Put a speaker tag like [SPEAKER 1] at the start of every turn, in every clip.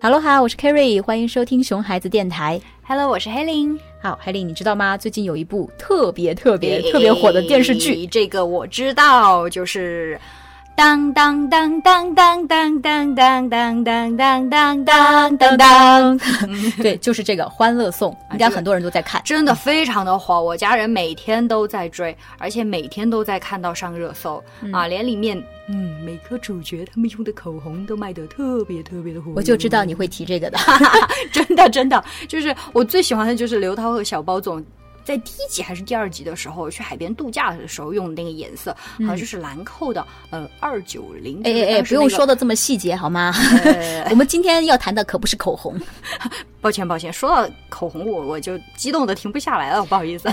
[SPEAKER 1] 哈喽哈，我是 Kerry，欢迎收听熊孩子电台。
[SPEAKER 2] Hello，我是黑林。
[SPEAKER 1] 好，海丽，你知道吗？最近有一部特别特别特别火的电视剧，
[SPEAKER 2] 诶这个我知道，就是当当当当当当当当当当当当当当 当，啊
[SPEAKER 1] 对，就是这个《欢乐颂》，应该很多人都在看。
[SPEAKER 2] 真的非常的火，我家人每天都在追，而且每天都在看到上热搜、啊，连里面嗯每个主角他们用的口红都卖的特别特别的火，
[SPEAKER 1] 我就知道你会提这个的。
[SPEAKER 2] 啊 真的真的，就是我最喜欢的就是刘涛和小包总。在第一集还是第二集的时候，去海边度假的时候用的那个颜色，好像就是兰蔻的，呃，二九零。
[SPEAKER 1] 哎哎哎，不用说的这么细节好吗？ 我们今天要谈的可不是口红，
[SPEAKER 2] 呃抱歉，抱歉，说到口红，我我就激动的停不下来了，不好意思。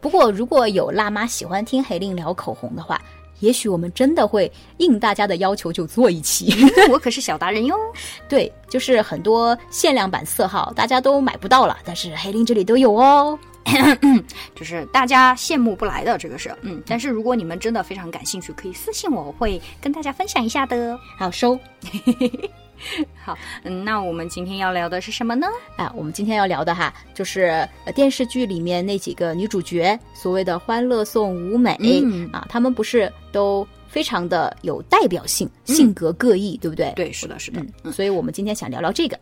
[SPEAKER 1] 不过如果有辣妈喜欢听黑令聊口红的话，也许我们真的会应大家的要求就做一期。
[SPEAKER 2] 我可是小达人哟。
[SPEAKER 1] 对，就是很多限量版色号大家都买不到了，但是黑令这里都有哦。
[SPEAKER 2] 就是大家羡慕不来的这个是，嗯，但是如果你们真的非常感兴趣，可以私信我，我会跟大家分享一下的。
[SPEAKER 1] 好收，
[SPEAKER 2] 好，嗯，那我们今天要聊的是什么呢？
[SPEAKER 1] 啊，我们今天要聊的哈，就是呃电视剧里面那几个女主角，所谓的《欢乐颂》舞美、
[SPEAKER 2] 嗯
[SPEAKER 1] 啊，她们不是都非常的有代表性，性格各异，对不对？
[SPEAKER 2] 嗯对，是的，是的，
[SPEAKER 1] 嗯，所以我们今天想聊聊这个。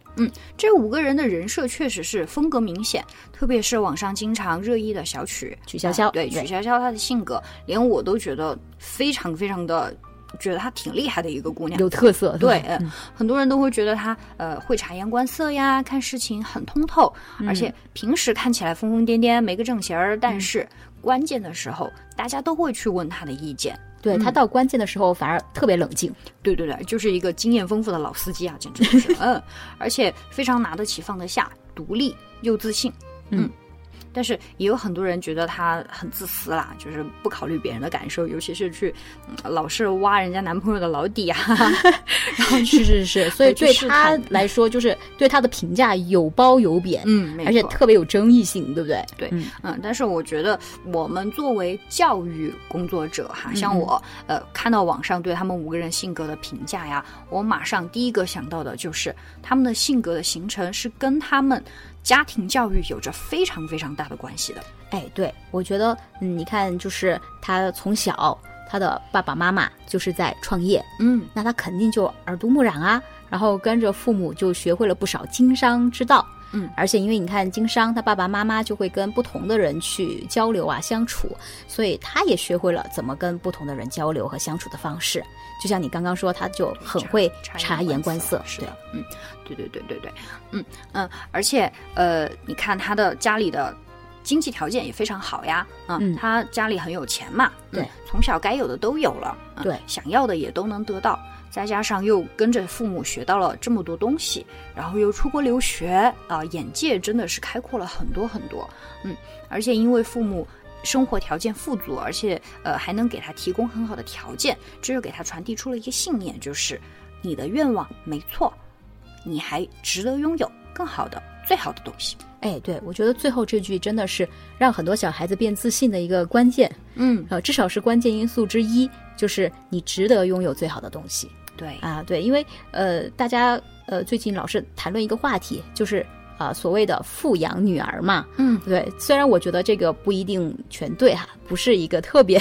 [SPEAKER 2] 这五个人的人设确实是风格明显，特别是网上经常热议的小曲
[SPEAKER 1] 曲筱绡
[SPEAKER 2] 啊对
[SPEAKER 1] 对
[SPEAKER 2] 曲筱绡她的性格，连我都觉得非常非常的觉得她挺厉害的一个姑娘。
[SPEAKER 1] 有嗯特色，
[SPEAKER 2] 对，
[SPEAKER 1] 是吧
[SPEAKER 2] 呃很多人都会觉得她呃会察言观色呀，看事情很通透，而且平时看起来疯疯癫癫，没个正形儿，但是关键的时候大家都会去问她的意见。
[SPEAKER 1] 对她到关键的时候反而特别冷 静，
[SPEAKER 2] 对对对，就是一个经验丰富的老司机啊，简直 就是，嗯，而且非常拿得起放得下，独立又自信，
[SPEAKER 1] 嗯
[SPEAKER 2] 但是也有很多人觉得他很自私啦，就是不考虑别人的感受，尤其是去、嗯老是挖人家男朋友的 老底啊，
[SPEAKER 1] 是是是，所以
[SPEAKER 2] 回去
[SPEAKER 1] 对
[SPEAKER 2] 试
[SPEAKER 1] 她
[SPEAKER 2] 探
[SPEAKER 1] 来说，就是对她的评价有褒有贬，
[SPEAKER 2] 嗯，没
[SPEAKER 1] 而且
[SPEAKER 2] 错
[SPEAKER 1] 特别有争议性，对不对？
[SPEAKER 2] 对
[SPEAKER 1] 嗯
[SPEAKER 2] 嗯，但是我觉得我们作为教育工作者
[SPEAKER 1] 嗯
[SPEAKER 2] 哈，像我呃看到网上对他们五个人性格的评价呀，我马上第一个想到的就是他们的性格的形成是跟他们家庭教育有着非常非常大的关系的。
[SPEAKER 1] 哎，对，我觉得，嗯，你看，就是他从小，他的爸爸妈妈就是在创业，
[SPEAKER 2] 嗯，
[SPEAKER 1] 那他肯定就耳濡目染啊，然后跟着父母就学会了不少经商之道。
[SPEAKER 2] 嗯，
[SPEAKER 1] 而且因为你看经商，他爸爸妈妈就会跟不同的人去交流啊、相处，所以他也学会了怎么跟不同的人交流和相处的方式。就像你刚刚说，他就很会察言观色，
[SPEAKER 2] 是
[SPEAKER 1] 对
[SPEAKER 2] 的，，嗯，对对对对对，嗯嗯，而且呃，你看他的家里的经济条件也非常好呀，啊、
[SPEAKER 1] 嗯
[SPEAKER 2] 他家里很有钱嘛，
[SPEAKER 1] 对
[SPEAKER 2] 嗯从小该有的都有了，嗯
[SPEAKER 1] 对
[SPEAKER 2] 想要的也都能得到。再加上又跟着父母学到了这么多东西，然后又出国留学啊、眼界真的是开阔了很多很多。嗯，而且因为父母生活条件富足，而且呃还能给他提供很好的条件，这就给他传递出了一个信念，就是你的愿望没错，你还值得拥有更好的、最好的东西。
[SPEAKER 1] 哎，对，我觉得最后这句真的是让很多小孩子变自信的一个关键。
[SPEAKER 2] 嗯，
[SPEAKER 1] 呃，至少是关键因素之一，就是你值得拥有最好的东西
[SPEAKER 2] 对，
[SPEAKER 1] 啊。对，因为呃，大家呃最近老是谈论一个话题，就是啊、所谓的富养女儿嘛。
[SPEAKER 2] 嗯，
[SPEAKER 1] 对，虽然我觉得这个不一定全对哈、不是一个特别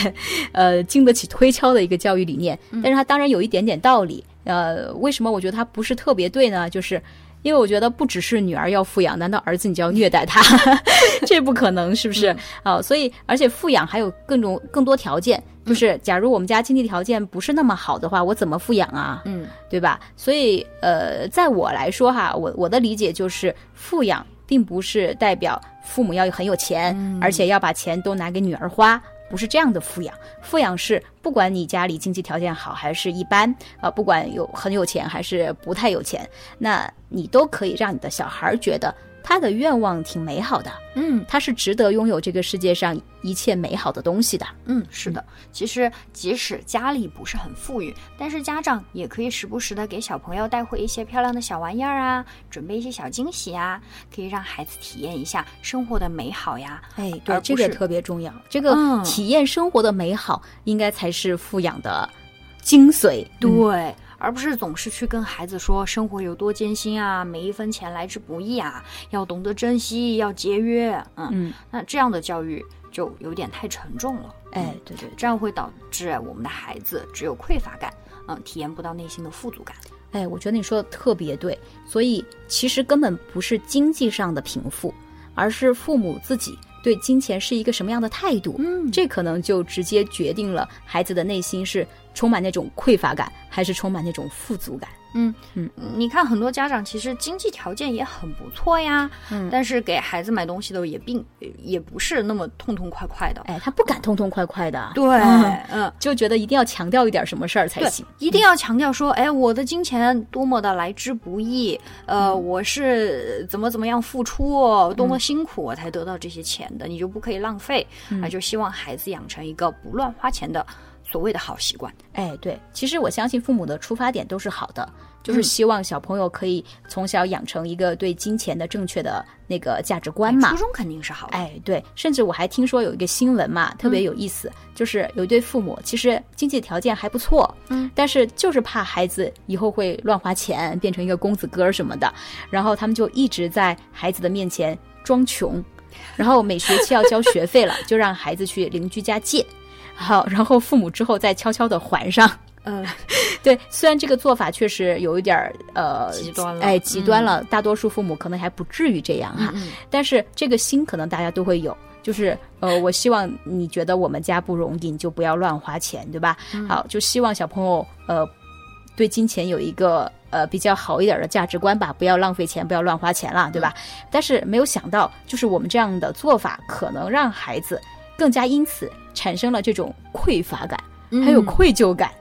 [SPEAKER 1] 呃经得起推敲的一个教育理念，但是它当然有一点点道理。呃，为什么我觉得它不是特别对呢？就是。因为我觉得不只是女儿要富养，难道儿子你就要虐待他？ 这不可能，是不是？啊，所以而且富养还有更种更多条件，就是假如我们家经济条件不是那么好的话，我怎么富养啊？
[SPEAKER 2] 嗯，
[SPEAKER 1] 对吧？所以呃，在我来说哈，我我的理解就是富养并不是代表父母要很有钱，而且要把钱都拿给女儿花。不是这样的富养，富养是不管你家里经济条件好还是一般，啊、不管有很有钱还是不太有钱，那你都可以让你的小孩儿觉得他的愿望挺美好的，
[SPEAKER 2] 嗯
[SPEAKER 1] 他是值得拥有这个世界上一切美好的东西的。
[SPEAKER 2] 嗯，是的。其实，即使家里不是很富裕，但是家长也可以时不时的给小朋友带回一些漂亮的小玩意儿啊，准备一些小惊喜啊，可以让孩子体验一下生活的美好呀。
[SPEAKER 1] 哎，
[SPEAKER 2] 而
[SPEAKER 1] 对，
[SPEAKER 2] 不
[SPEAKER 1] 这个
[SPEAKER 2] 是
[SPEAKER 1] 特别重要。这个
[SPEAKER 2] 嗯
[SPEAKER 1] 体验生活的美好，应该才是富养的精髓。嗯
[SPEAKER 2] 对，而不是总是去跟孩子说生活有多艰辛啊，每一分钱来之不易啊，要懂得珍惜，要节约。嗯，
[SPEAKER 1] 嗯，
[SPEAKER 2] 那这样的教育就有点太沉重了。嗯
[SPEAKER 1] 哎，对对
[SPEAKER 2] 这样会导致我们的孩子只有匮乏感，嗯，体验不到内心的富足感。
[SPEAKER 1] 哎，我觉得你说的特别对，所以其实根本不是经济上的贫富，而是父母自己对金钱是一个什么样的态度，
[SPEAKER 2] 嗯
[SPEAKER 1] 这可能就直接决定了孩子的内心是充满那种匮乏感，还是充满那种富足感。
[SPEAKER 2] 嗯你看，很多家长其实经济条件也很不错呀，
[SPEAKER 1] 嗯
[SPEAKER 2] 但是给孩子买东西的也并也不是那么痛痛快快的。
[SPEAKER 1] 哎，他不敢痛痛快快的，
[SPEAKER 2] 对，
[SPEAKER 1] 嗯
[SPEAKER 2] 嗯，
[SPEAKER 1] 就觉得一定要强调一点什么事儿才
[SPEAKER 2] 对
[SPEAKER 1] 行。，
[SPEAKER 2] 一定要强调说，哎，我的金钱多么的来之不易，呃，
[SPEAKER 1] 嗯
[SPEAKER 2] 我是怎么怎么样付出，多么辛苦我才得到这些钱的，你就不可以浪费
[SPEAKER 1] 嗯
[SPEAKER 2] 啊！就希望孩子养成一个不乱花钱的所谓的好习惯。
[SPEAKER 1] 哎，对，其实我相信父母的出发点都是好的，就是
[SPEAKER 2] 嗯
[SPEAKER 1] 希望小朋友可以从小养成一个对金钱的正确的那个价值观嘛
[SPEAKER 2] 初。衷肯定是好的，
[SPEAKER 1] 哎，对，甚至我还听说有一个新闻嘛，特
[SPEAKER 2] 嗯
[SPEAKER 1] 别有意思，就是有一对父母其实经济条件还不错，
[SPEAKER 2] 嗯，
[SPEAKER 1] 但是就是怕孩子以后会乱花钱，变成一个公子哥儿什么的，然后他们就一直在孩子的面前装穷，然后每学期要交学费了，就让孩子去邻居家借，好，然后父母之后再悄悄的还上。
[SPEAKER 2] 嗯，
[SPEAKER 1] 对，虽然这个做法确实有一点儿呃
[SPEAKER 2] 极端了
[SPEAKER 1] 哎，极端了，大多数父母可能还不至于这样哈、啊
[SPEAKER 2] 嗯
[SPEAKER 1] 但是这个心可能大家都会有，就是呃，我希望你觉得我们家不容易，你就不要乱花钱，对吧？
[SPEAKER 2] 嗯
[SPEAKER 1] 好，就希望小朋友呃对金钱有一个呃比较好一点的价值观吧，不要浪费钱，不要乱花钱啦，对吧？
[SPEAKER 2] 嗯
[SPEAKER 1] 但是没有想到，就是我们这样的做法可能让孩子更加因此产生了这种匮乏感，
[SPEAKER 2] 嗯
[SPEAKER 1] 还有愧疚感。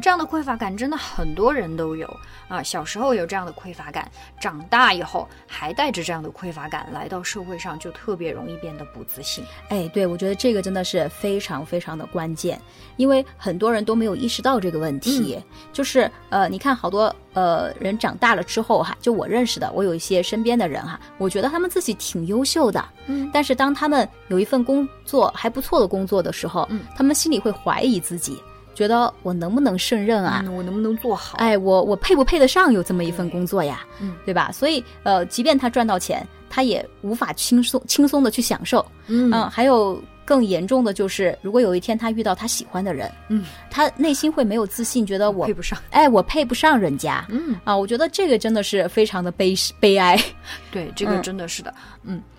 [SPEAKER 2] 这样的匮乏感真的很多人都有啊，小时候有这样的匮乏感，长大以后还带着这样的匮乏感来到社会上，就特别容易变得不自信。
[SPEAKER 1] 哎，对，我觉得这个真的是非常非常的关键，因为很多人都没有意识到这个问题。
[SPEAKER 2] 嗯
[SPEAKER 1] 就是呃，你看好多呃人长大了之后哈，就我认识的，我有一些身边的人哈，我觉得他们自己挺优秀的，
[SPEAKER 2] 嗯，
[SPEAKER 1] 但是当他们有一份工作还不错的工作的时候，
[SPEAKER 2] 嗯
[SPEAKER 1] 他们心里会怀疑自己，觉得我能不能胜任啊？
[SPEAKER 2] 嗯我能不能做好？
[SPEAKER 1] 哎，我我配不配得上有这么一份工作呀？
[SPEAKER 2] 嗯
[SPEAKER 1] 对吧？所以呃，即便他赚到钱，他也无法轻松轻松的去享受。
[SPEAKER 2] 嗯
[SPEAKER 1] 嗯，还有更严重的就是，如果有一天他遇到他喜欢的人，
[SPEAKER 2] 嗯，
[SPEAKER 1] 他内心会没有自信，觉得我
[SPEAKER 2] 配，不上。
[SPEAKER 1] 哎，我配不上人家
[SPEAKER 2] 嗯，
[SPEAKER 1] 啊！我觉得这个真的是非常的悲悲哀。
[SPEAKER 2] 对，这个
[SPEAKER 1] 嗯
[SPEAKER 2] 真的是的。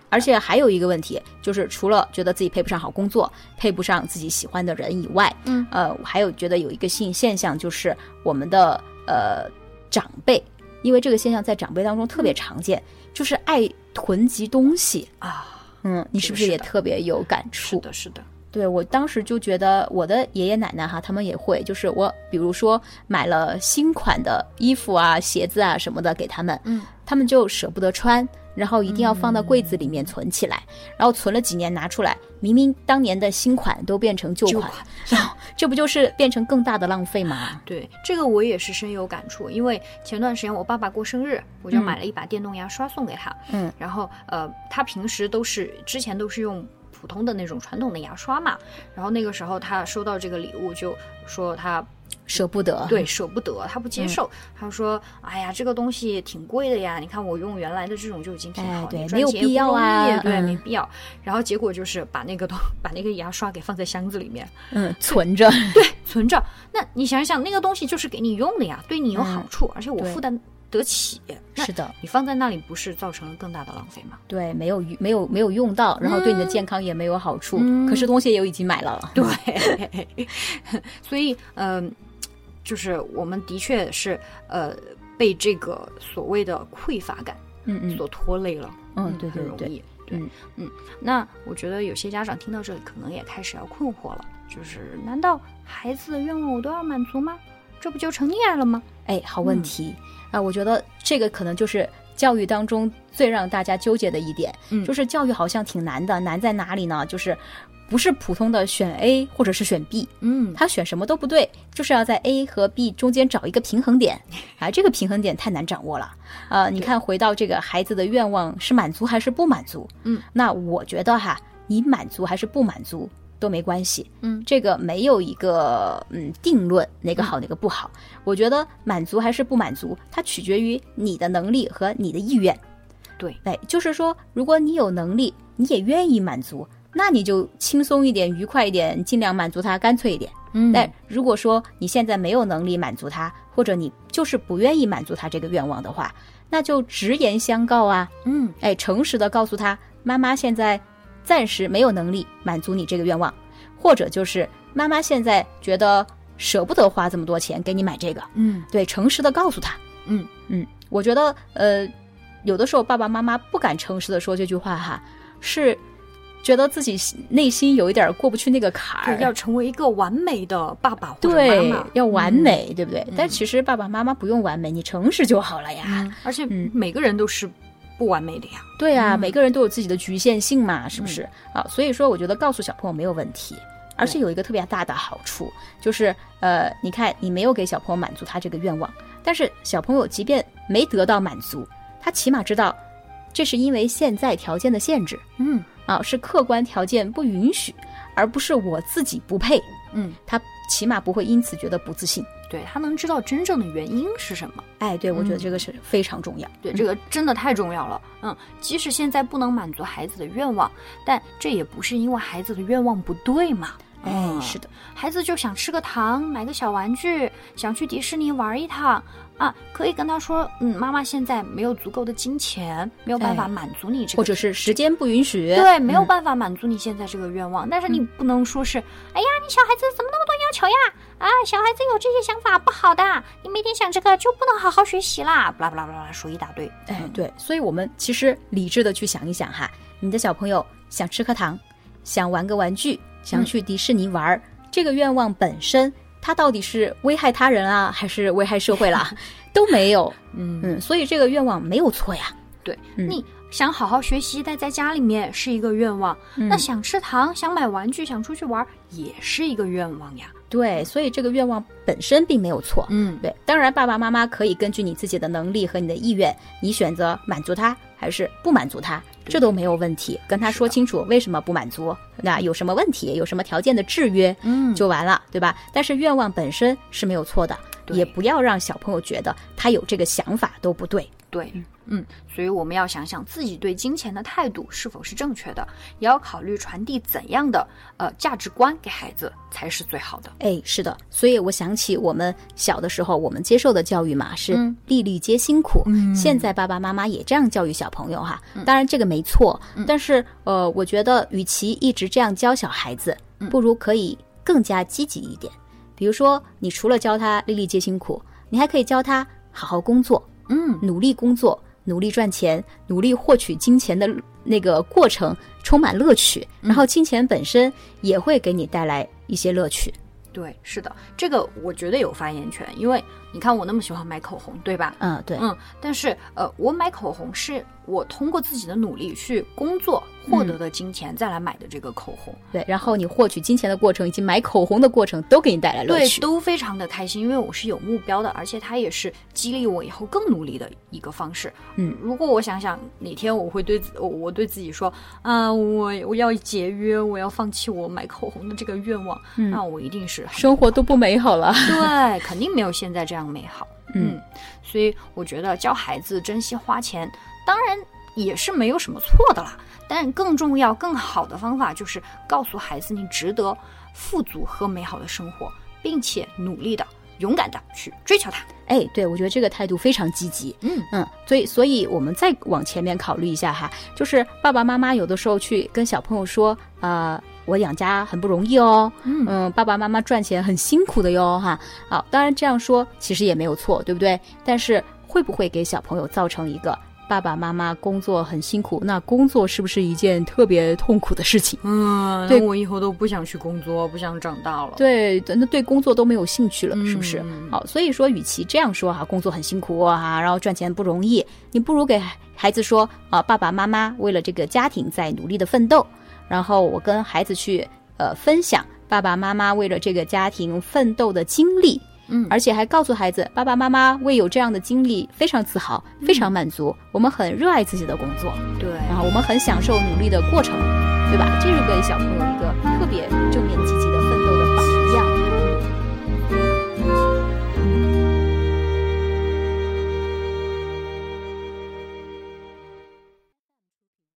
[SPEAKER 1] 而且还有一个问题，就是除了觉得自己配不上好工作，配不上自己喜欢的人以外，
[SPEAKER 2] 嗯
[SPEAKER 1] 呃，我还有觉得有一个新现象，就是我们的呃长辈，因为这个现象在长辈当中特别常见，
[SPEAKER 2] 嗯
[SPEAKER 1] 就是爱囤积东西。
[SPEAKER 2] 啊，
[SPEAKER 1] 嗯，你是不是
[SPEAKER 2] 这个
[SPEAKER 1] 也
[SPEAKER 2] 是的
[SPEAKER 1] 特别有感触
[SPEAKER 2] 是？的，是的，
[SPEAKER 1] 对我当时就觉得我的爷爷奶奶哈，他们也会，就是我比如说买了新款的衣服啊、鞋子啊什么的给他们，
[SPEAKER 2] 嗯，
[SPEAKER 1] 他们就舍不得穿，然后一定要放到柜子里
[SPEAKER 2] 嗯
[SPEAKER 1] 面存起来，然后存了几年拿出来，明明当年的新款都变成旧
[SPEAKER 2] 旧
[SPEAKER 1] 款，
[SPEAKER 2] 款。
[SPEAKER 1] 这不就是变成更大的浪费吗？
[SPEAKER 2] 对，这个我也是深有感触，因为前段时间我爸爸过生日，我就
[SPEAKER 1] 嗯
[SPEAKER 2] 买了一把电动牙刷送给他。
[SPEAKER 1] 嗯，
[SPEAKER 2] 然后呃，他平时都是之前都是用普通的那种传统的牙刷嘛，然后那个时候他收到这个礼物就 说他
[SPEAKER 1] 舍不得，
[SPEAKER 2] 对，舍不得，他
[SPEAKER 1] 嗯
[SPEAKER 2] 不接受，他说：“哎呀，这个东西挺贵的呀，你看我用原来的这种就已经挺
[SPEAKER 1] 哎
[SPEAKER 2] 好，
[SPEAKER 1] 对
[SPEAKER 2] 你
[SPEAKER 1] 没
[SPEAKER 2] 赚
[SPEAKER 1] 有
[SPEAKER 2] 钱也
[SPEAKER 1] 必
[SPEAKER 2] 不
[SPEAKER 1] 要
[SPEAKER 2] 容易
[SPEAKER 1] 啊
[SPEAKER 2] 对，
[SPEAKER 1] 嗯
[SPEAKER 2] 没必要。”然后结果就是把那个东 把那个牙刷给放在箱子里面
[SPEAKER 1] 嗯，存 着，
[SPEAKER 2] 存着。那你想想，那个东西就是给你用的呀，对你有好
[SPEAKER 1] 嗯
[SPEAKER 2] 处，而且我
[SPEAKER 1] 对
[SPEAKER 2] 负担得起。那
[SPEAKER 1] 是的，
[SPEAKER 2] 你放在那里，不是造成了更大的浪费吗？
[SPEAKER 1] 对，没有没有没有用到，然后对你的
[SPEAKER 2] 嗯
[SPEAKER 1] 健康也没有好处，
[SPEAKER 2] 嗯
[SPEAKER 1] 可是东西也有已经买了了，
[SPEAKER 2] 对， 所以嗯、就是我们的确是呃被这个所谓的匮乏感
[SPEAKER 1] 嗯嗯
[SPEAKER 2] 所拖累了。
[SPEAKER 1] 嗯，对对
[SPEAKER 2] 很容
[SPEAKER 1] 对，
[SPEAKER 2] 易。对
[SPEAKER 1] 嗯，
[SPEAKER 2] 嗯，那我觉得有些家长听到这里，可能也开始要困惑了，就是难道孩子的愿望我都要满足吗？这不就成溺爱了吗？
[SPEAKER 1] 哎，好问
[SPEAKER 2] 嗯
[SPEAKER 1] 题、啊！我觉得这个可能就是教育当中最让大家纠结的一点，
[SPEAKER 2] 嗯
[SPEAKER 1] 就是教育好像挺难的，难在哪里呢？就是不是普通的选 A 或者是选 B，
[SPEAKER 2] 嗯，
[SPEAKER 1] 他选什么都不对，就是要在 A 和 B 中间找一个平衡 点，啊，这个平衡点太难掌握了。呃，你看，回到这个孩子的愿望是满足还是不满足？
[SPEAKER 2] 嗯，
[SPEAKER 1] 那我觉得哈，你满足还是不满足，都没关系。
[SPEAKER 2] 嗯
[SPEAKER 1] 这个没有一个嗯定论哪个好哪个不好。我觉得满足还是不满足，它取决于你的能力和你的意愿。
[SPEAKER 2] 对，
[SPEAKER 1] 哎，就是说，如果你有能力，你也愿意满足，那你就轻松一点、愉快一点，尽量满足他，干脆一点。
[SPEAKER 2] 嗯
[SPEAKER 1] 但如果说你现在没有能力满足他，或者你就是不愿意满足他这个愿望的话，那就直言相告啊，
[SPEAKER 2] 嗯
[SPEAKER 1] 哎，诚实的告诉他，妈妈现在暂时没有能力满足你这个愿望，或者就是妈妈现在觉得舍不得花这么多钱给你买这个，
[SPEAKER 2] 嗯
[SPEAKER 1] 对，诚实的告诉他，
[SPEAKER 2] 嗯
[SPEAKER 1] 嗯，我觉得呃，有的时候爸爸妈妈不敢诚实的说这句话哈，是觉得自己心内心有一点儿过不去那个坎
[SPEAKER 2] 对，
[SPEAKER 1] 儿，
[SPEAKER 2] 要成为一个完美的爸爸或者
[SPEAKER 1] 对，
[SPEAKER 2] 妈妈，
[SPEAKER 1] 要完
[SPEAKER 2] 嗯
[SPEAKER 1] 美，对不对？但
[SPEAKER 2] 嗯
[SPEAKER 1] 其实爸爸妈妈不用完美，你诚实就好了呀。
[SPEAKER 2] 嗯而且
[SPEAKER 1] 嗯
[SPEAKER 2] 每个人都是不完美的呀。
[SPEAKER 1] 对啊，
[SPEAKER 2] 嗯
[SPEAKER 1] 每个人都有自己的局限性嘛，是不是、啊？所以说，我觉得告诉小朋友没有问题，而且有一个特别大的好处，就是呃，你看你没有给小朋友满足他这个愿望，但是小朋友即便没得到满足，他起码知道这是因为现在条件的限制
[SPEAKER 2] 嗯
[SPEAKER 1] 啊，是客观条件不允许，而不是我自己不配，
[SPEAKER 2] 嗯，
[SPEAKER 1] 他起码不会因此觉得不自信。
[SPEAKER 2] 对他能知道真正的原因是什么，
[SPEAKER 1] 哎，对，我觉得
[SPEAKER 2] 嗯
[SPEAKER 1] 这个是非常重要。
[SPEAKER 2] 对
[SPEAKER 1] 嗯
[SPEAKER 2] 这个真的太重要了。嗯，即使现在不能满足孩子的愿望，但这也不是因为孩子的愿望不对嘛。嗯
[SPEAKER 1] 哎，是的，
[SPEAKER 2] 孩子就想吃个糖，买个小玩具，想去迪士尼玩一趟啊，可以跟他说，嗯，妈妈现在没有足够的金钱，没有办法
[SPEAKER 1] 哎
[SPEAKER 2] 满足你这个，
[SPEAKER 1] 或者是时间不允许，
[SPEAKER 2] 对，没有
[SPEAKER 1] 嗯
[SPEAKER 2] 办法满足你现在这个愿望。但是你不能说是，哎呀，你小孩子怎么那么多要求呀？啊，小孩子有这些想法不好的，你每天想这个就不能好好学习啦，巴拉巴拉巴拉说一大堆。
[SPEAKER 1] 哎
[SPEAKER 2] 嗯，
[SPEAKER 1] 对，所以我们其实理智的去想一想哈，你的小朋友想吃颗糖，想玩个玩具，想
[SPEAKER 2] 嗯
[SPEAKER 1] 去迪士尼玩儿，这个愿望本身，它到底是危害他人啊，还是危害社会 啦？都没有，
[SPEAKER 2] 嗯
[SPEAKER 1] 嗯，所以这个愿望没有错呀。
[SPEAKER 2] 对
[SPEAKER 1] 嗯
[SPEAKER 2] 你想好好学习，待在家里面是一个愿望，那
[SPEAKER 1] 嗯
[SPEAKER 2] 想吃糖、想买玩具、想出去玩也是一个愿望呀。
[SPEAKER 1] 对，所以这个愿望本身并没有错。
[SPEAKER 2] 嗯
[SPEAKER 1] 对，当然爸爸妈妈可以根据你自己的能力和你的意愿，你选择满足他还是不满足他，这都没有问题。跟他
[SPEAKER 2] 是
[SPEAKER 1] 说
[SPEAKER 2] 的
[SPEAKER 1] 清楚为什么不满足，那有什么问题，有什么条件的制约，
[SPEAKER 2] 嗯
[SPEAKER 1] 就完了，对吧？但是愿望本身是没有错的，
[SPEAKER 2] 对
[SPEAKER 1] 也不要让小朋友觉得他有这个想法都不对。
[SPEAKER 2] 对，嗯，所以我们要想想自己对金钱的态度是否是正确的，也要考虑传递怎样的呃价值观给孩子才是最好的。
[SPEAKER 1] 哎，是的，所以我想起我们小的时候，我们接受的教育嘛是
[SPEAKER 2] 嗯
[SPEAKER 1] 粒粒皆辛苦。
[SPEAKER 2] 嗯
[SPEAKER 1] 现在爸爸妈妈也这样教育小朋友哈，当然这个没错，
[SPEAKER 2] 嗯
[SPEAKER 1] 但是呃，我觉得与其一直这样教小孩子，
[SPEAKER 2] 嗯
[SPEAKER 1] 不如可以更加积极一点。比如说，你除了教他粒粒皆辛苦，你还可以教他好好工作，
[SPEAKER 2] 嗯，
[SPEAKER 1] 努力工作，努力赚钱，努力获取金钱的那个过程充满乐趣，
[SPEAKER 2] 嗯
[SPEAKER 1] 然后金钱本身也会给你带来一些乐趣。
[SPEAKER 2] 对，是的，这个我觉得有发言权，因为你看我那么喜欢买口红，对吧？
[SPEAKER 1] 嗯，对，
[SPEAKER 2] 嗯，但是呃，我买口红是我通过自己的努力去工作
[SPEAKER 1] 嗯
[SPEAKER 2] 获得的金钱再来买的这个口红，
[SPEAKER 1] 对。然后你获取金钱的过程以及买口红的过程都给你带来乐
[SPEAKER 2] 对，
[SPEAKER 1] 趣。
[SPEAKER 2] 都非常的开心，因为我是有目标的，而且它也是激励我以后更努力的一个方式。
[SPEAKER 1] 嗯
[SPEAKER 2] 如果我想想哪天我会对自我我对自己说啊，我我要节约，我要放弃我买口红的这个愿望，
[SPEAKER 1] 嗯
[SPEAKER 2] 那我一定是很
[SPEAKER 1] 生活都不美好了。
[SPEAKER 2] 对，肯定没有现在这样美好。
[SPEAKER 1] 嗯，
[SPEAKER 2] 所以我觉得教孩子珍惜花钱，当然也是没有什么错的啦。但更重要、更好的方法就是告诉孩子，你值得富足和美好的生活，并且努力的、勇敢的去追求它。
[SPEAKER 1] 哎，对，我觉得这个态度非常积极。
[SPEAKER 2] 嗯
[SPEAKER 1] 嗯，所以所以我们再往前面考虑一下哈，就是爸爸妈妈有的时候去跟小朋友说，呃，我养家很不容易哦，
[SPEAKER 2] 嗯
[SPEAKER 1] 嗯，爸爸妈妈赚钱很辛苦的哟哈。好，当然这样说其实也没有错，对不对？但是会不会给小朋友造成一个爸爸妈妈工作很辛苦，那工作是不是一件特别痛苦的事情？
[SPEAKER 2] 嗯
[SPEAKER 1] 对
[SPEAKER 2] 我以后都不想去工作，不想长大了。
[SPEAKER 1] 对，那对工作都没有兴趣了，是不是？
[SPEAKER 2] 嗯
[SPEAKER 1] 好，所以说，与其这样说哈、工作很辛苦啊，然后赚钱不容易，你不如给孩孩子说啊，爸爸妈妈为了这个家庭在努力的奋斗，然后我跟孩子去呃分享爸爸妈妈为了这个家庭奋斗的经历，
[SPEAKER 2] 嗯
[SPEAKER 1] 而且还告诉孩子，爸爸妈妈为有这样的经历非常自豪，非常满足，我们很热爱自己的工作，
[SPEAKER 2] 对，
[SPEAKER 1] 然后我们很享受努力的过程，对吧？这是给小朋友一个特别